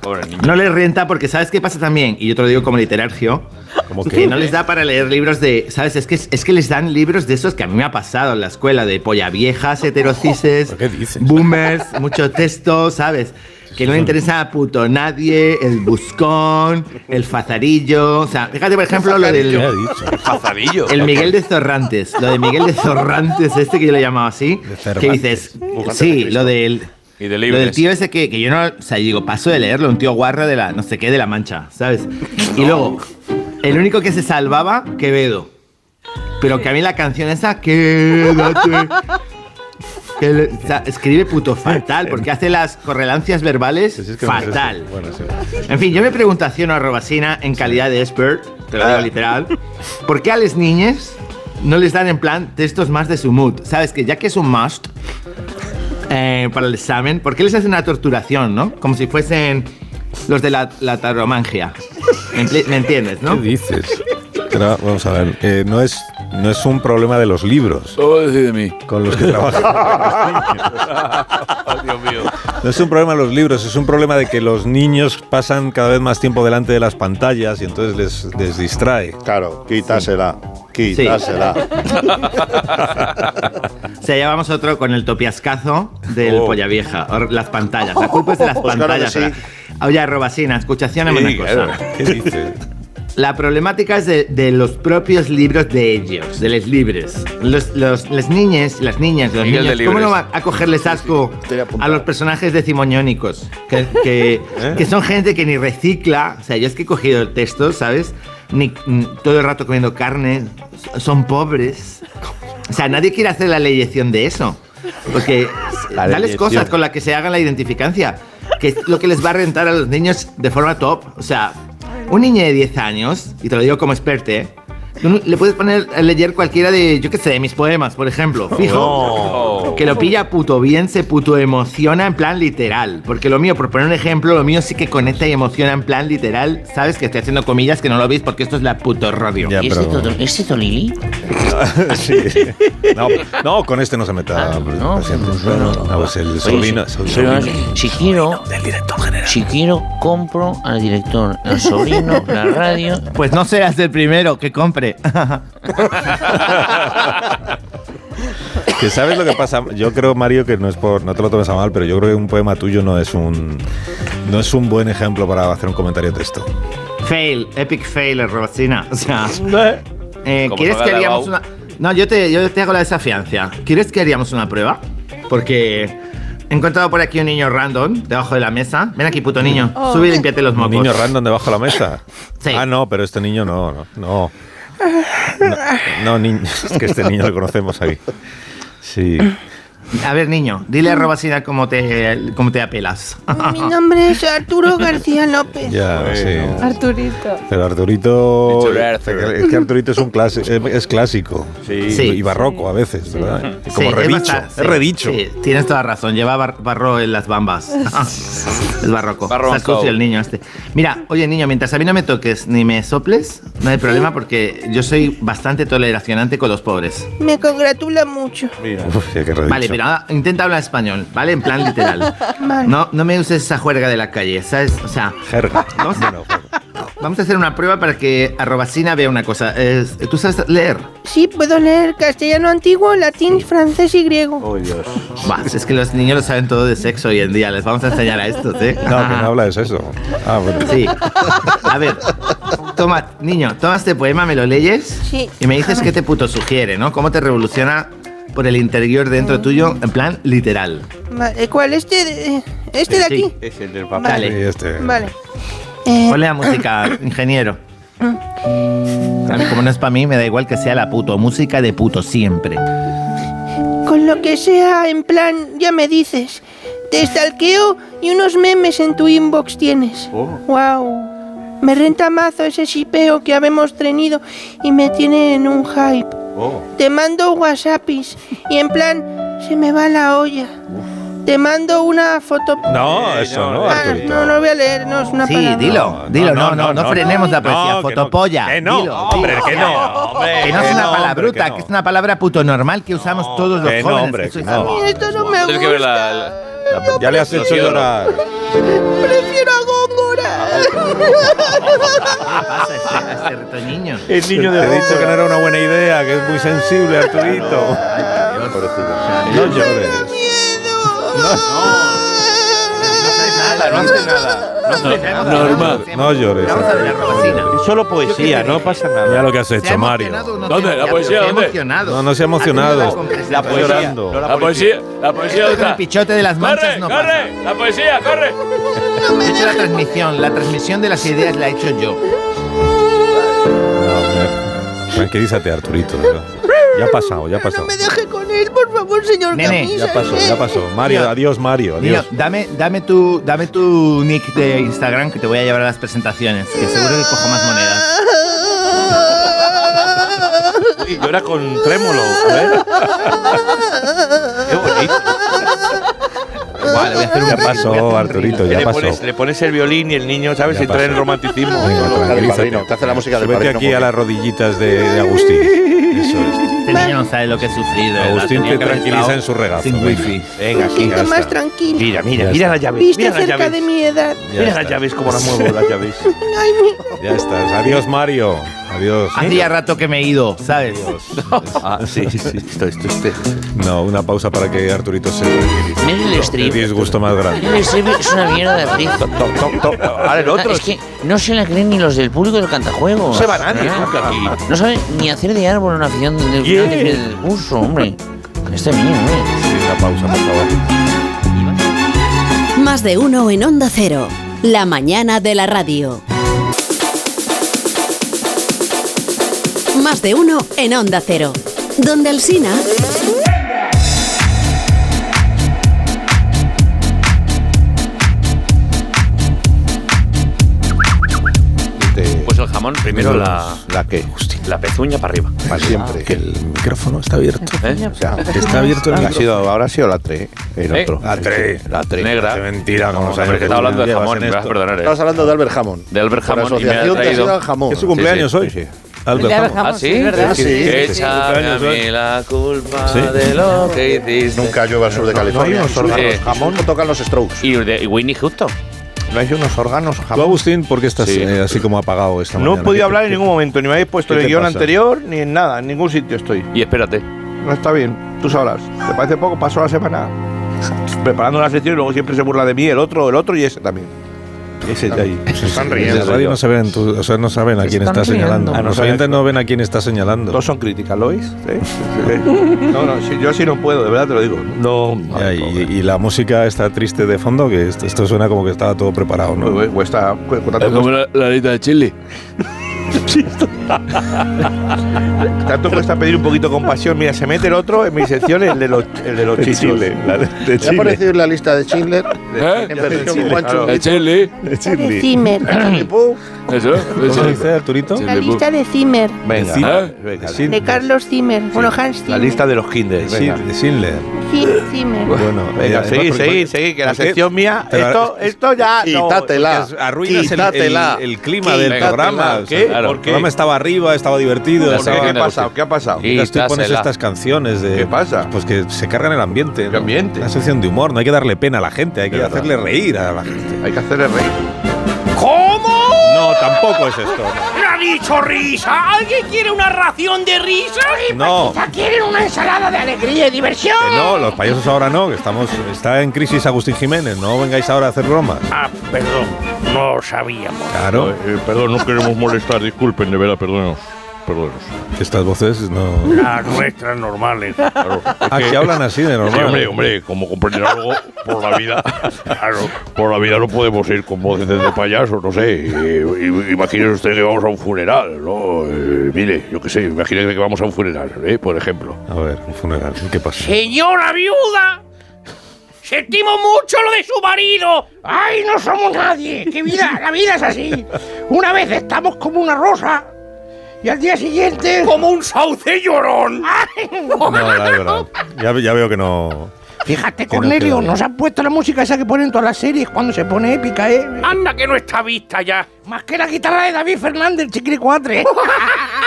S2: pobre niño.
S6: no les renta porque ¿sabes qué pasa también? Y yo te lo digo como literario.
S1: Como
S6: que no les da para leer libros de, ¿sabes? Es que, es que les dan libros de esos que a mí me ha pasado en la escuela, de polla viejas, heterocises, boomers, mucho texto, ¿sabes? Que no le interesa a puto nadie, el buscón, el fazarillo. O sea, fíjate, por ejemplo, lo del.
S2: ¿Qué ha dicho? El fazarillo.
S6: El Miguel de Zorrantes. Lo de Miguel de Zorrantes, este que yo le llamaba así. Que
S2: Cervantes.
S6: dices.
S2: Cervantes de
S6: Sí,
S2: Cristo.
S6: lo del.
S2: Y de
S6: Lo del
S2: libres.
S6: tío este. ese que, que yo no. O sea, digo, paso de leerlo, un tío guarra de la. No sé qué, de la mancha, ¿sabes? Y luego, el único que se salvaba, Quevedo. Pero que a mí la canción esa, quédate. que le- o sea, escribe puto fatal, porque hace las correlancias verbales
S1: Pues
S6: fatal. En fin, yo me pregunto a Cieno Arrobasina en calidad de expert, te lo digo
S5: Ah.
S6: literal, ¿por qué a las niñas no les dan en plan textos más de su mood? Sabes que ya que es un must eh, para el examen, ¿por qué les hacen una torturación, no? Como si fuesen los de la, la taromancia. ¿Me, empli- me entiendes, no?
S1: ¿Qué dices? Pero vamos a ver, eh, no, es, no es un problema de los libros.
S2: Todo decide de mí.
S1: Con los que trabajan.
S2: Dios mío.
S1: No es un problema de los libros, es un problema de que los niños pasan cada vez más tiempo delante de las pantallas y entonces les, les distrae.
S5: Claro, quítasela.
S6: Quítasela. O sea, ya vamos otro con el topiascazo del
S5: Oh.
S6: polla vieja. o Las pantallas. La culpa es de las
S5: Pues claro que
S6: pantallas.
S5: sí.
S6: ¿verdad? Oye, Arrobasina, escuchación
S5: Sí,
S6: una cosa.
S5: claro.
S1: ¿Qué dices?
S6: La problemática es de, de los propios libros de ellos, de los libres. Los, los, las niñas, las niñas, los
S2: Miguel
S6: niños,
S2: de
S6: ¿cómo
S2: libres.
S6: no van a cogerles asco a los personajes decimonónicos? Que, que, que son gente que ni recicla. O sea, yo es que he cogido el texto, ¿sabes? Ni, mm, todo el rato comiendo carne, son pobres. O sea, nadie quiere hacer la leyección de eso. Porque
S3: La
S6: dales
S3: leyección.
S6: cosas con las que se hagan la identificancia, que es lo que les va a rentar a los niños de forma top. O sea, un niño de 10 años, y te lo digo como experte, Tú le puedes poner a leer cualquiera de, yo qué sé, de mis poemas, por ejemplo. Fijo.
S3: Oh.
S13: No.
S6: Que lo pilla puto bien, se puto emociona en plan literal. Porque lo mío, por poner un ejemplo, lo mío sí que conecta y emociona en plan literal. Sabes que estoy haciendo comillas que no lo veis porque esto es la puto radio.
S9: ¿Y este, to- este Tolili?
S1: Sí. No, no, con este no se
S9: Ah,
S1: meta. presidente. Ah, pues el sobrino.
S9: si,
S1: sobrino.
S9: si quiero, si quiero, compro al director, al sobrino, la radio.
S6: Pues no seas el primero que compre.
S1: Que sabes lo que pasa. Yo creo, Mario, que no es por. No te lo tomes a mal, pero yo creo que un poema tuyo no es un. No es un buen ejemplo para hacer un comentario de texto.
S6: Fail, epic fail, Rosina. O sea, eh,
S13: Como
S6: ¿quieres
S13: salga
S6: que
S13: de Bau.
S6: haríamos una.? No, yo te, yo te hago la desafiancia. ¿Quieres que haríamos una prueba? Porque he encontrado por aquí un niño random debajo de la mesa. Ven aquí, puto niño.
S1: Oh.
S6: Sube y límpiate los
S1: Un
S6: mocos.
S1: niño random debajo de la mesa. Ah, no, pero este niño no, no. No, no niño. Es que este niño lo conocemos aquí. Sí.
S6: A ver, niño, dile a Robasina cómo te, cómo te apelas.
S4: Mi nombre es Arturo García López.
S1: Ya, sí.
S4: Arturito.
S1: Pero Arturito.
S2: Dicho Arturo.
S1: Es que Arturito es un clase, es, es clásico.
S6: Sí.
S1: Y barroco a veces, ¿verdad? Como
S6: Sí,
S1: redicho.
S6: bastante-
S1: Es,
S6: sí,
S1: redicho.
S6: sí, tienes toda razón. Lleva bar- barro en las bambas. es barroco.
S2: Barroco.
S6: Está sucio el niño este. Mira, oye, niño, mientras a mí no me toques ni me soples, no hay problema porque yo soy bastante toleracionante con los pobres.
S4: Me congratula mucho.
S1: Uf, qué redicho.
S6: Vale, pero ahora intenta hablar español, ¿vale? En plan literal.
S4: Vale.
S6: No, no me uses esa juerga de la calle, ¿sabes? O sea,
S1: Jerga.
S6: Vamos, a, vamos a hacer una prueba para que Arrobacina vea una cosa. Es- ¿Tú sabes leer?
S4: Sí, puedo leer castellano antiguo, latín, francés y griego.
S6: Oh, Dios. es que los niños lo saben todo de sexo hoy en día. Les vamos a enseñar a estos, ¿eh?
S1: No, que no habla de eso. Ah, bueno.
S6: Sí. A ver, toma, niño, toma este poema, me lo leyes
S4: Sí.
S6: y me dices qué te puto sugiere, ¿no? Cómo te revoluciona por el interior dentro tuyo, en plan literal.
S4: Vale, ¿Cuál? ¿Este de, este de aquí?
S6: es el del
S4: papá. Vale.
S6: Dale.
S1: este.
S4: Vale. Eh,
S6: Ponle la música, ingeniero.
S4: Mm.
S6: A mí, como no es para mí, me da igual que sea la puto música de puto siempre.
S4: Con lo que sea, en plan, ya me dices. Te stalkeo y unos memes en tu inbox tienes. Wow. Me renta mazo ese shipeo que habemos tenido y me tiene en un hype. Te mando whatsappis y en plan, se me va la olla. Te mando una foto...
S1: No, eso no,
S4: Ah,
S1: Arturito.
S4: no, no voy a leer, no es una
S6: Sí,
S4: palabra.
S6: dilo, dilo, no, no, no, frenemos la poesía,
S1: no, que no.
S6: fotopolla.
S1: Que no,
S6: dilo,
S1: hombre,
S6: dilo.
S1: que no, hombre,
S6: Que no es
S1: que
S6: una
S1: no, hombre, que
S6: palabruta, que,
S1: no.
S6: es una palabra puto normal que usamos todos los
S1: que no,
S6: jóvenes.
S1: hombre,
S6: Eso
S1: que
S6: es-
S1: no.
S4: Esto no me
S1: Tienes
S4: gusta.
S1: que ver Ya le has hecho llorar.
S4: Prefiero a Góngora.
S6: este, niño.
S1: El niño de Te he dicho que no era una buena idea, que es muy sensible, Arturito. No llores.
S6: Normal.
S1: No llores.
S11: Solo poesía, no pasa nada.
S1: Ya lo que has hecho, Mario.
S2: ¿Dónde? ¿La poesía? ¿Dónde?
S1: No, no se ha emocionado.
S2: La
S1: poesía, llorando. no la
S2: La poesía. La poesía.
S6: Esto con el
S2: está.
S6: pichote Este de las manchas
S2: ¡Corre!
S6: no pasa.
S2: ¡Corre! ¡La poesía! ¡Corre!
S6: He hecho la transmisión, la transmisión de las ideas la he hecho yo.
S1: Tranquilízate, Arturito. de verdad. Ya ha pasado, ya ha pasado.
S4: Deje con él, por favor, señor
S6: Nene,
S4: Camisa. ¿eh?
S1: Ya pasó, ya pasó. Mario,
S6: Tío.
S1: adiós, Mario.
S6: Niño,
S1: Adiós.
S6: dame, dame, tu, dame tu nick de Instagram que te voy a llevar a las presentaciones, que seguro que cojo más monedas.
S11: Y llora con trémolo. Qué bonito.
S1: Vale, voy a hacer un- Ya pasó, voy a hacer un Arturito, ritmo. ya
S3: le
S1: pasó.
S3: Pones, le pones el violín y el niño, ¿sabes?
S1: Ya
S3: Entra
S1: pasó.
S3: en romanticismo.
S5: Te hace la música del
S1: Vete
S5: padrino.
S1: aquí a las rodillitas de, de Agustín. Eso
S6: Este niño no sabe lo que he sufrido. ¿verdad?
S1: Agustín
S6: Tenía
S1: te
S6: que haber
S1: tranquiliza
S6: estado
S1: en su regazo.
S6: Sin wifi.
S3: Venga,
S4: Me siento más tranquilo.
S3: Mira, mira,
S1: Ya
S3: mira
S1: está.
S3: las llaves.
S4: Viste
S3: mira las
S4: cerca
S3: llaves.
S4: de mi edad.
S3: Mira las llaves, cómo las muevo las llaves.
S4: Ay, mi-
S1: Ya estás. Adiós, Mario. Adiós.
S6: Hacía rato que me he ido, ¿sabes?
S1: Ah, sí, sí, sí. Esto, esto, No, una pausa para que Arturito se tranquilice.
S9: Meryl Streep.
S1: El disgusto más grande.
S9: Meryl Streep es una mierda de actriz.
S1: Ahora
S3: el otro.
S9: Es que no se la creen ni los del público del cantajuegos.
S3: No se va
S2: Ah,
S3: nadie nunca aquí.
S9: No saben ni hacer de árbol una afición del
S3: Yeah.
S9: del curso, hombre. Este es mío, hombre.
S1: Una pausa, por favor.
S15: Más de uno en Onda Cero. La mañana de la radio. Más de uno en Onda Cero. Donde Alsina.
S2: Pues el jamón. Primero la. Pues
S1: ¿La qué? Agustín.
S2: La pezuña para arriba.
S16: Para siempre. Que el micrófono está abierto.
S2: ¿Eh?
S16: O sea, está abierto el
S3: Ha
S16: micrófono.
S3: sido, ahora ha sido la 3. El
S16: ¿Eh?
S3: otro.
S16: La tres.
S3: Sí, La 3.
S2: Negra.
S3: mentira.
S2: No, hombre, que estaba hablando de jamón, me vas a perdonar, eh.
S5: Estamos hablando de Albert Hammond.
S2: De Albert
S5: Por
S2: Hammond y me ha
S5: asociación te has
S2: traído-
S5: ido al jamón.
S2: Es su cumpleaños hoy.
S1: Albert Hammond.
S2: ¿Ah, sí?
S5: ¿verdad? Sí, sí, sí.
S2: Échame a mí la culpa de lo que hiciste.
S5: Nunca llueve al sur de California.
S2: no, no, no,
S5: Sí.
S3: Eh.
S2: los jamón.
S5: no tocan los strokes.
S2: Y, de, y Winnie Houston.
S3: No hay unos órganos
S1: Tú, Agustín, ¿por qué estás eh, así como apagado esta
S3: No
S1: mañana?
S3: he podido
S1: ¿Qué-
S3: hablar en
S1: qué-
S3: ningún momento, ni me habéis puesto
S1: ¿Qué
S3: en el
S1: te
S3: guión
S1: pasa?
S3: anterior, ni en nada, en ningún sitio estoy.
S2: Y espérate.
S3: No está bien, tú sabrás. ¿Te parece poco? Pasó la semana preparando la sección y luego siempre se burla de mí, el otro, el otro y ese también. Ese de ahí.
S1: Están En la radio no, se ven, tú- o sea, no saben a quién
S3: Están
S1: está
S3: riendo.
S1: señalando.
S3: Ah, no
S1: Los
S3: saben.
S1: oyentes no ven a quién está señalando.
S3: Todos son críticas, ¿lo veis? No, no, sí, yo sí no puedo, de verdad te lo digo. No.
S1: Ya, y, y la música está triste de fondo, que esto, esto suena como que estaba todo preparado, ¿no?
S3: O está,
S1: como la,
S2: alita de chile.
S3: Tanto cuesta pedir un poquito de compasión. Mira, se mete el otro en mi sección, el de los, el de los
S5: De
S3: chichos.
S5: Chile, la de- de
S3: Ya
S5: ¿Te ha
S3: apareció-
S5: parecido en la lista de Schindler?
S3: ¿Eh?
S5: En vez
S3: Ya
S5: de
S3: sé
S5: Guancho.
S3: cómo- claro.
S2: Chile.
S4: De Zimmer.
S2: Eso.
S1: ¿Cómo dice Arturito?
S4: La lista de Zimmer.
S3: pues, Venga, Ah,
S1: Schindler.
S3: venga.
S4: De Carlos Zimmer. Bueno, Hans Zimmer.
S3: La lista de los kinder.
S1: Sí,
S3: venga.
S1: de Schindler.
S4: Jim Zimmer.
S1: Bueno,
S3: Venga,
S1: eh,
S3: seguí,
S1: además, porque-
S3: seguí, seguí, que la
S1: ¿Es que?
S3: sección mía,
S1: Pero-
S3: esto, esto ya. no,
S5: Quítatela.
S3: porque
S1: Pues Arruinas el- el,
S3: Quítatela.
S1: el clima del
S3: Ah. Quítatela.
S1: programa. o sea,
S3: ¿Qué?
S1: claro,
S3: ¿Por
S1: El
S3: qué?
S1: programa estaba arriba, estaba divertido.
S3: ¿Por qué?
S1: estaba-
S3: ¿Qué ha pasado? ¿Qué ha pasado?
S1: Mientras tú pones
S3: Quítasela.
S1: estas canciones de.
S3: ¿Qué pasa?
S1: Pues que se cargan el ambiente. ¿no?
S3: ambiente?
S1: Una sección de humor, no hay que darle pena a la gente, hay que hacerle reír a la gente.
S3: Hay que hacerle reír.
S1: ¿Cómo? No, tampoco es esto.
S7: ¿Quién ha dicho risa? ¿Alguien quiere una ración de risa?
S1: No.
S7: ¿Quién quieren una ensalada de alegría y diversión?
S1: Que no, los payasos ahora no, que estamos. Está en crisis Agustín Jiménez, no vengáis ahora a hacer bromas.
S7: Ah, perdón, no sabíamos.
S1: Claro.
S17: perdón, no queremos molestar, disculpen, de verdad, perdónenos. Perdónenos.
S1: Estas voces no.
S7: Las nuestras normales.
S1: Ah, que hablan así de normal.
S17: Sí, hombre, hombre, como comprenderán luego, por la vida, por la vida no podemos ir con voces de payaso, no sé. Eh, i- Imagínese usted que vamos a un funeral, ¿no? Eh, mire, yo qué sé, imagínese que vamos a un funeral, ¿eh? Por ejemplo.
S1: A ver, un funeral, ¿qué pasa?
S7: Señora viuda, sentimos mucho lo de su marido. Ay, no somos nadie. ¡Qué vida! La vida es así. Una vez estamos como una rosa y al día siguiente como un sauce llorón.
S1: No, la de verdad. Ya, ya veo que no.
S7: Fíjate,
S1: Que no
S7: Cornelio,
S1: queda.
S7: nos han puesto la música esa que ponen todas las series cuando se pone épica, ¿eh? Anda, que no está vista ya. Oh, Más que la guitarra de David Fernández, Chiquiricuatre.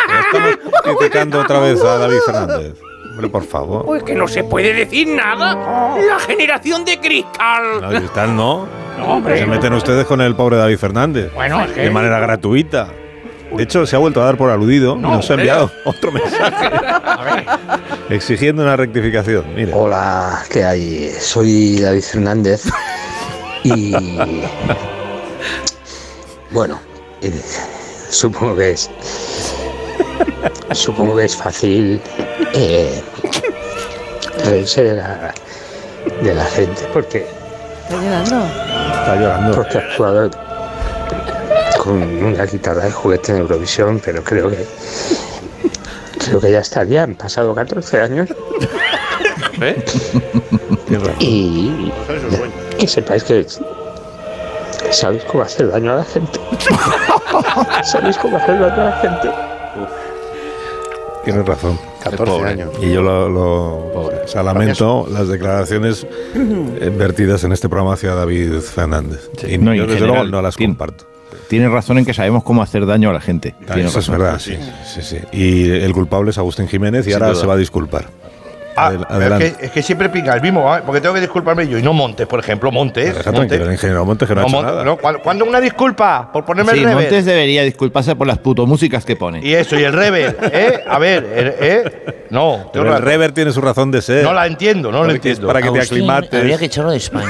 S1: Criticando otra vez a David Fernández. Hombre, por favor.
S7: Pues que no se puede decir nada. La generación de cristal.
S1: No, y tal no.
S7: No, hombre.
S1: Se meten ustedes con el pobre David Fernández.
S7: Bueno, es que-
S1: De manera gratuita. De hecho, se ha vuelto a dar por aludido. nos ha enviado otro mensaje. Exigiendo una rectificación. Mira.
S18: Hola, ¿qué hay? Soy David Fernández y bueno, eh, supongo que es supongo que es fácil eh, reírse de la, de la gente porque
S1: está llorando
S18: porque ha jugado con una guitarra de juguete en Eurovisión, pero creo que creo que ya estaría, han pasado 14 años y que sepáis que sabéis cómo hacer daño a la gente. sabéis cómo hacer daño a la gente.
S1: Tienes razón.
S5: 14 Pobre. años.
S1: Y yo lo, lo- o sea, lamento las declaraciones eh, vertidas en este programa hacia David Fernández. Y
S6: No, y
S1: yo,
S6: en
S1: desde
S6: general,
S1: luego, no las comparto.
S6: Tienes razón en que sabemos cómo hacer daño a la gente.
S1: Ah,
S6: Tienes
S1: Eso es
S6: razón.
S1: verdad, sí, sí, sí. Y el culpable es Agustín Jiménez y
S6: Sin
S1: ahora
S6: duda.
S1: se va a disculpar. Adel-
S3: Ah, Pero
S1: adelante.
S3: Es que, es que siempre pinga el mismo, ¿eh? porque tengo que disculparme yo. Y no Montes, por ejemplo, Montes.
S1: Deja
S3: Montes.
S1: tranquilo, el ingeniero Montes que no, ha hecho
S3: Montes,
S1: nada.
S3: no, ¿cuándo, cuándo una disculpa? Por ponerme
S6: Sí,
S3: el rebel.
S6: Montes debería disculparse por las puto músicas que pone.
S3: Y eso, y el rebel, ¿eh? A ver, el- ¿eh? No.
S1: Pero el Rever tiene su razón de ser.
S3: No la entiendo, no la
S1: Porque es
S3: entiendo.
S1: Para que te
S9: Agustín, Habría
S1: aclimates,
S9: que echarlo de España.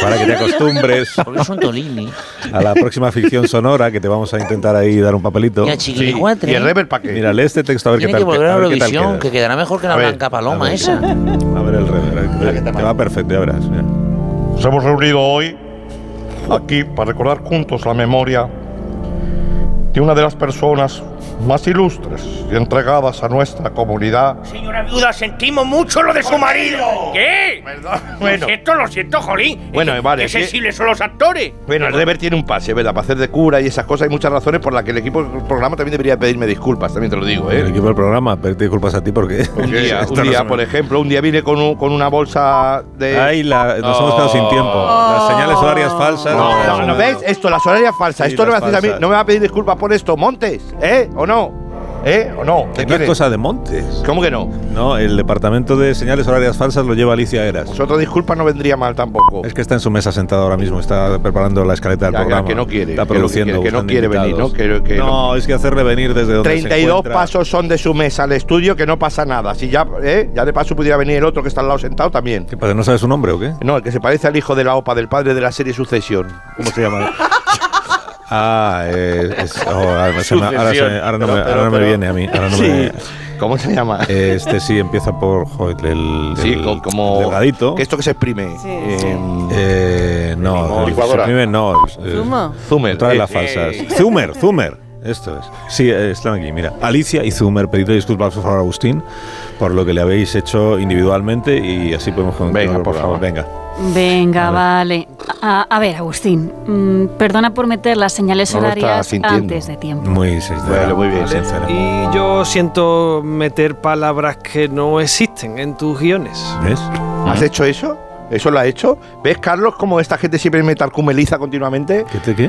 S1: para que te acostumbres
S9: Porque es un Tolini.
S1: a la próxima ficción sonora que te vamos a intentar ahí dar un papelito.
S9: Y a Chiquilicuatre. Sí, y el Rever pa' qué.
S1: Mira, lee este texto a ver
S9: Tiene
S1: qué tal.
S9: que volver a
S1: a ver qué tal
S9: Eurovisión,
S1: queda.
S9: que quedará mejor que la
S1: A ver,
S9: blanca
S1: a
S9: paloma
S1: ver.
S9: esa.
S1: A ver el Rever. a ver, Te va perfecto, ya verás. mira.
S3: Nos hemos reunido hoy aquí para recordar juntos la memoria de una de las personas más ilustres y entregabas a nuestra comunidad.
S7: Señora viuda, sentimos mucho lo de su marido. ¿Qué? Lo siento, lo siento, Jolín.
S3: Bueno,
S7: Qué-
S3: vale,
S7: Qué
S3: sí.
S7: sensibles son los actores.
S3: Bueno, el Rever tiene un pase, ¿verdad? Para hacer de cura y esas cosas. Hay muchas razones por las que el equipo del programa también debería pedirme disculpas, también te lo digo, ¿eh?
S1: El equipo del programa, pero te disculpas a ti porque.
S3: Un día,
S1: Esto
S3: un
S1: no
S3: día,
S1: se me-
S3: por ejemplo, un día vine con, un- con una bolsa de.
S1: Ay, la- nos hemos quedado sin tiempo.
S9: Oh.
S1: Las señales horarias falsas.
S3: No, no, no, ¿ves? Esto, las horarias falsas.
S1: Sí,
S3: esto no me,
S1: las
S3: haces a mí,
S1: falsas.
S3: no me va a pedir disculpas por esto, Montes, ¿eh? ¿O no? ¿Eh? ¿O
S1: Que No
S3: no? ¿Te
S1: es
S3: quieres?
S1: cosa de Montes.
S3: ¿Cómo que no?
S1: No, el departamento de señales horarias falsas lo lleva Alicia Eras.
S3: Pues otra disculpa no vendría mal tampoco.
S1: Es que está en su mesa sentada ahora mismo, está preparando la escaleta del
S3: Ya, ya,
S1: programa.
S3: que no quiere,
S1: Está
S3: que lo que
S1: produciendo.
S3: quiere, que no
S1: buscando
S3: quiere venir,
S1: invitados.
S3: ¿no? Que- que
S1: no,
S3: no.
S1: es que hacerle venir desde donde se
S3: 32
S1: encuentra.
S3: pasos son de su mesa al estudio, que no pasa nada. Si ya, ¿eh? ya de paso pudiera venir el otro que está al lado sentado también.
S1: ¿Pero no sabes su nombre o qué?
S3: No, el que se parece al hijo de la OPA, del padre de la serie Sucesión. ¿Cómo se llama?
S1: Ah, eh, es- oh, ahora, se me- ahora se me- ahora no me,
S3: Pero, pero,
S1: ahora me
S3: pero-
S1: viene a mí. ahora no
S3: Sí.
S1: me-
S3: ¿Cómo se llama?
S1: Este sí empieza por joder, el,
S3: Sí,
S1: el-
S3: co- como-
S1: el delgadito.
S3: Que esto que se exprime.
S1: Eh, no, el-
S3: Licuadora.
S1: el primer no. eh,
S3: Zumo. Zumer,
S1: Otra de
S3: eh,
S1: las falsas.
S3: eh.
S1: Zumer, Zumer. Esto es. Sí, eh, están aquí, mira. Alicia y Zumer, pedidle disculpas por favor a Agustín por lo que le habéis hecho individualmente y así podemos continuar. Venga, por favor, venga.
S19: Venga, vale. A, a ver, Agustín, mm, perdona por meter las señales
S1: No lo está
S19: horarias
S1: sintiendo.
S19: antes de tiempo.
S1: Muy sincero. muy bien, sincero.
S16: Y yo siento meter palabras que no existen en tus guiones.
S1: ¿Ves?
S3: ¿Has hecho eso? ¿Eso lo has hecho? ¿Ves, Carlos, cómo esta gente siempre me tarcumeliza continuamente?
S1: ¿Qué te qué?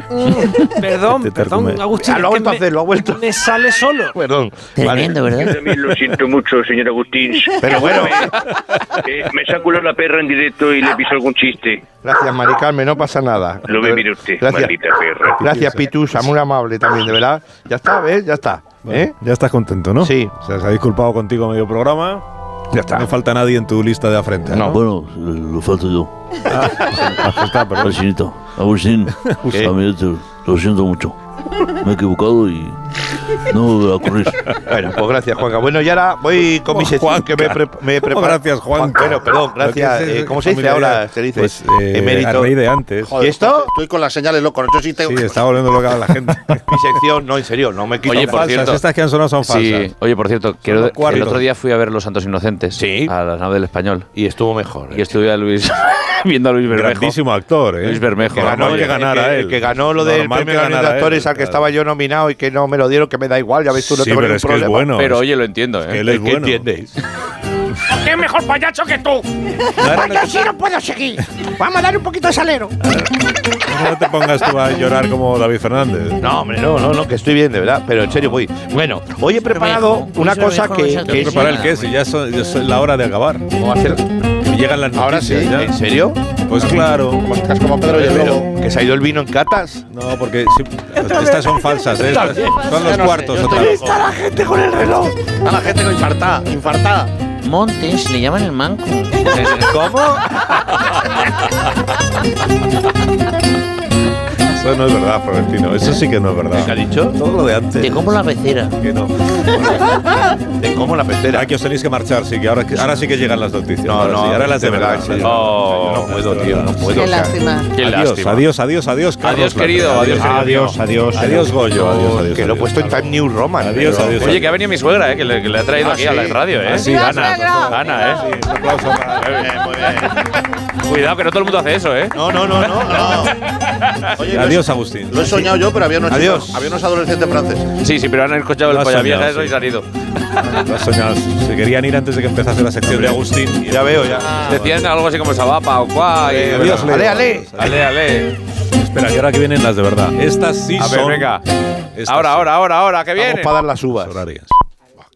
S3: Este
S16: Perdón,
S3: Te
S16: perdón,
S3: tartume.
S16: Agustín.
S3: Ah, lo
S16: es que
S3: ha vuelto a
S16: me-
S3: hacer, lo ha vuelto.
S16: Me sale solo.
S3: Perdón.
S16: Tremendo, ¿verdad?
S20: También lo siento mucho, señor Agustín.
S3: Pero bueno.
S20: Eh, me saculo la perra en directo y le piso algún chiste.
S3: Gracias, Mari Carmen, no pasa nada.
S20: Lo ve, mire usted,
S3: Gracias.
S20: maldita perra.
S3: Gracias, Pitusa, muy amable también, de verdad. Ya está, ¿ves? Ya está. ¿eh?
S1: Ya estás contento, ¿no? Sí. O sea, se ha disculpado contigo medio programa. Ya está. No falta nadie en tu lista de afrenta. No,
S21: Bueno, eh, lo falto yo.
S3: Ah.
S1: está, perdón.
S21: Agustinito, Agustín,
S1: ¿Qué?
S21: amigo, te- lo siento mucho. Me he equivocado y no volverá a ocurrir.
S3: Bueno, pues gracias, Juanca. Bueno, y ahora voy con mi sección que me, pre- me he preparado.
S1: gracias, Juanca.
S3: Bueno, perdón, gracias.
S1: Lo que es,
S3: Eh, ¿Cómo se dice
S1: familiaridad.
S3: ahora? Se dice
S1: Pues, eh, a raíz de antes.
S3: ¿Y esto?
S5: Estoy con las señales, loco. Yo sí tengo.
S1: Sí, está volviendo loca la gente.
S3: Mi sección, no, en serio, no me quito.
S2: Oye, por
S3: falsas,
S2: cierto,
S1: estas que han sonado son
S2: Sí,
S1: falsas.
S2: Oye, por cierto, quiero-
S1: los
S2: el
S1: cuartos.
S2: otro día fui a ver Los Santos Inocentes a la nave del Español.
S3: Y estuvo mejor. ¿eh?
S2: Y estuve a Luis, viendo a Luis Bermejo.
S1: Grandísimo actor, ¿eh?
S2: Luis Bermejo.
S1: Que ganó,
S2: vamos,
S1: que
S2: eh.
S1: ganara
S3: el, que-
S1: él.
S3: el que ganó lo del
S1: Normal que
S3: premio Leonel de
S1: ganara
S3: actores
S1: él,
S3: al que
S1: claro.
S3: estaba yo nominado y que no me lo dieron, que me da igual, ya ves tú, no
S1: Sí,
S3: tengo
S1: pero
S3: ningún
S1: es que es
S3: problema.
S1: bueno.
S2: Pero oye, lo entiendo, ¿eh?
S1: que él es bueno.
S3: entiendes?
S7: ¡Qué mejor payaso que tú! Yo sí no puedo seguir. Vamos a dar un poquito de salero.
S1: No te pongas tú a llorar como David Fernández.
S3: No, hombre, no, no, no, que estoy bien, de verdad, pero en serio voy. Bueno, hoy he preparado una cosa que, que
S1: ¿Qué
S3: es-
S1: preparar el qué? Si ya son- ya es la hora de acabar.
S3: ¿Cómo va a ser?
S1: Llegan las noticias.
S3: Ahora sí,
S1: ya.
S3: ¿en serio?
S1: Pues claro.
S5: Estás como Pedro y el
S1: Pero-
S5: Lobo.
S3: ¿Que se ha ido el vino en catas?
S1: No, porque sí, estas son falsas, ¿eh? Estas son los cuartos otra vez.
S5: Está
S3: la gente con el reloj.
S5: Está la gente con infartada, infartada.
S9: Montes le llaman el manco.
S3: ¿Cómo?
S1: Eso no es verdad, Florentino. Eso sí que no es verdad. ¿Qué ha
S3: dicho?
S1: Todo lo de antes.
S9: Te como la pecera.
S1: Que no.
S3: Te como la pecera.
S1: Aquí os tenéis que marchar, sí, que ahora, ahora sí que llegan las noticias.
S3: No,
S1: ahora
S3: no,
S1: sí, ahora las de
S3: de verdad,
S1: verdad.
S3: en serio.
S1: Oh,
S3: No puedo, tío, no puedo.
S22: Qué lástima.
S1: Qué adiós,
S3: lástima.
S1: adiós, adiós, adiós, Carlos
S2: Adiós, querido,
S1: Latre.
S2: adiós, querido.
S1: adiós, adiós, adiós, Goyo, adiós, adiós.
S3: Que lo he puesto en Time New Roman.
S1: Adiós,
S3: pero-
S1: adiós.
S2: Oye, que ha venido mi suegra, ¿eh? Que le, que le ha traído
S3: Ah,
S2: aquí a la
S3: sí.
S2: radio, ¿eh?
S3: Ah, sí,
S2: Ana.
S3: Gracias,
S2: Ana, ¿eh? Cuidado, que no todo el mundo hace eso, ¿eh?
S5: No, no, no, no. Oye,
S1: Adiós, Agustín.
S5: Lo he soñado yo, pero había unos,
S2: Adiós.
S5: chicos- había unos adolescentes franceses.
S2: Sí, sí, pero han escuchado
S1: Lo
S2: el
S1: has
S2: polla
S1: soñado,
S2: vieja eso
S1: sí.
S2: y se han ido.
S1: Lo has soñado. Se querían ir antes de que empezase la sección de Agustín.
S3: Ya veo, ya.
S2: Decían algo así como Sabapa o cuá. y-
S1: Ah, Adiós, Leo.
S2: Ale, ale. Ale, ale.
S1: Espera, que ahora que vienen las de verdad. Estas sí
S2: A ver,
S1: son.
S2: venga.
S1: Estas
S2: Ahora,
S1: son
S2: ahora, ahora, ahora, que viene.
S1: las horarias.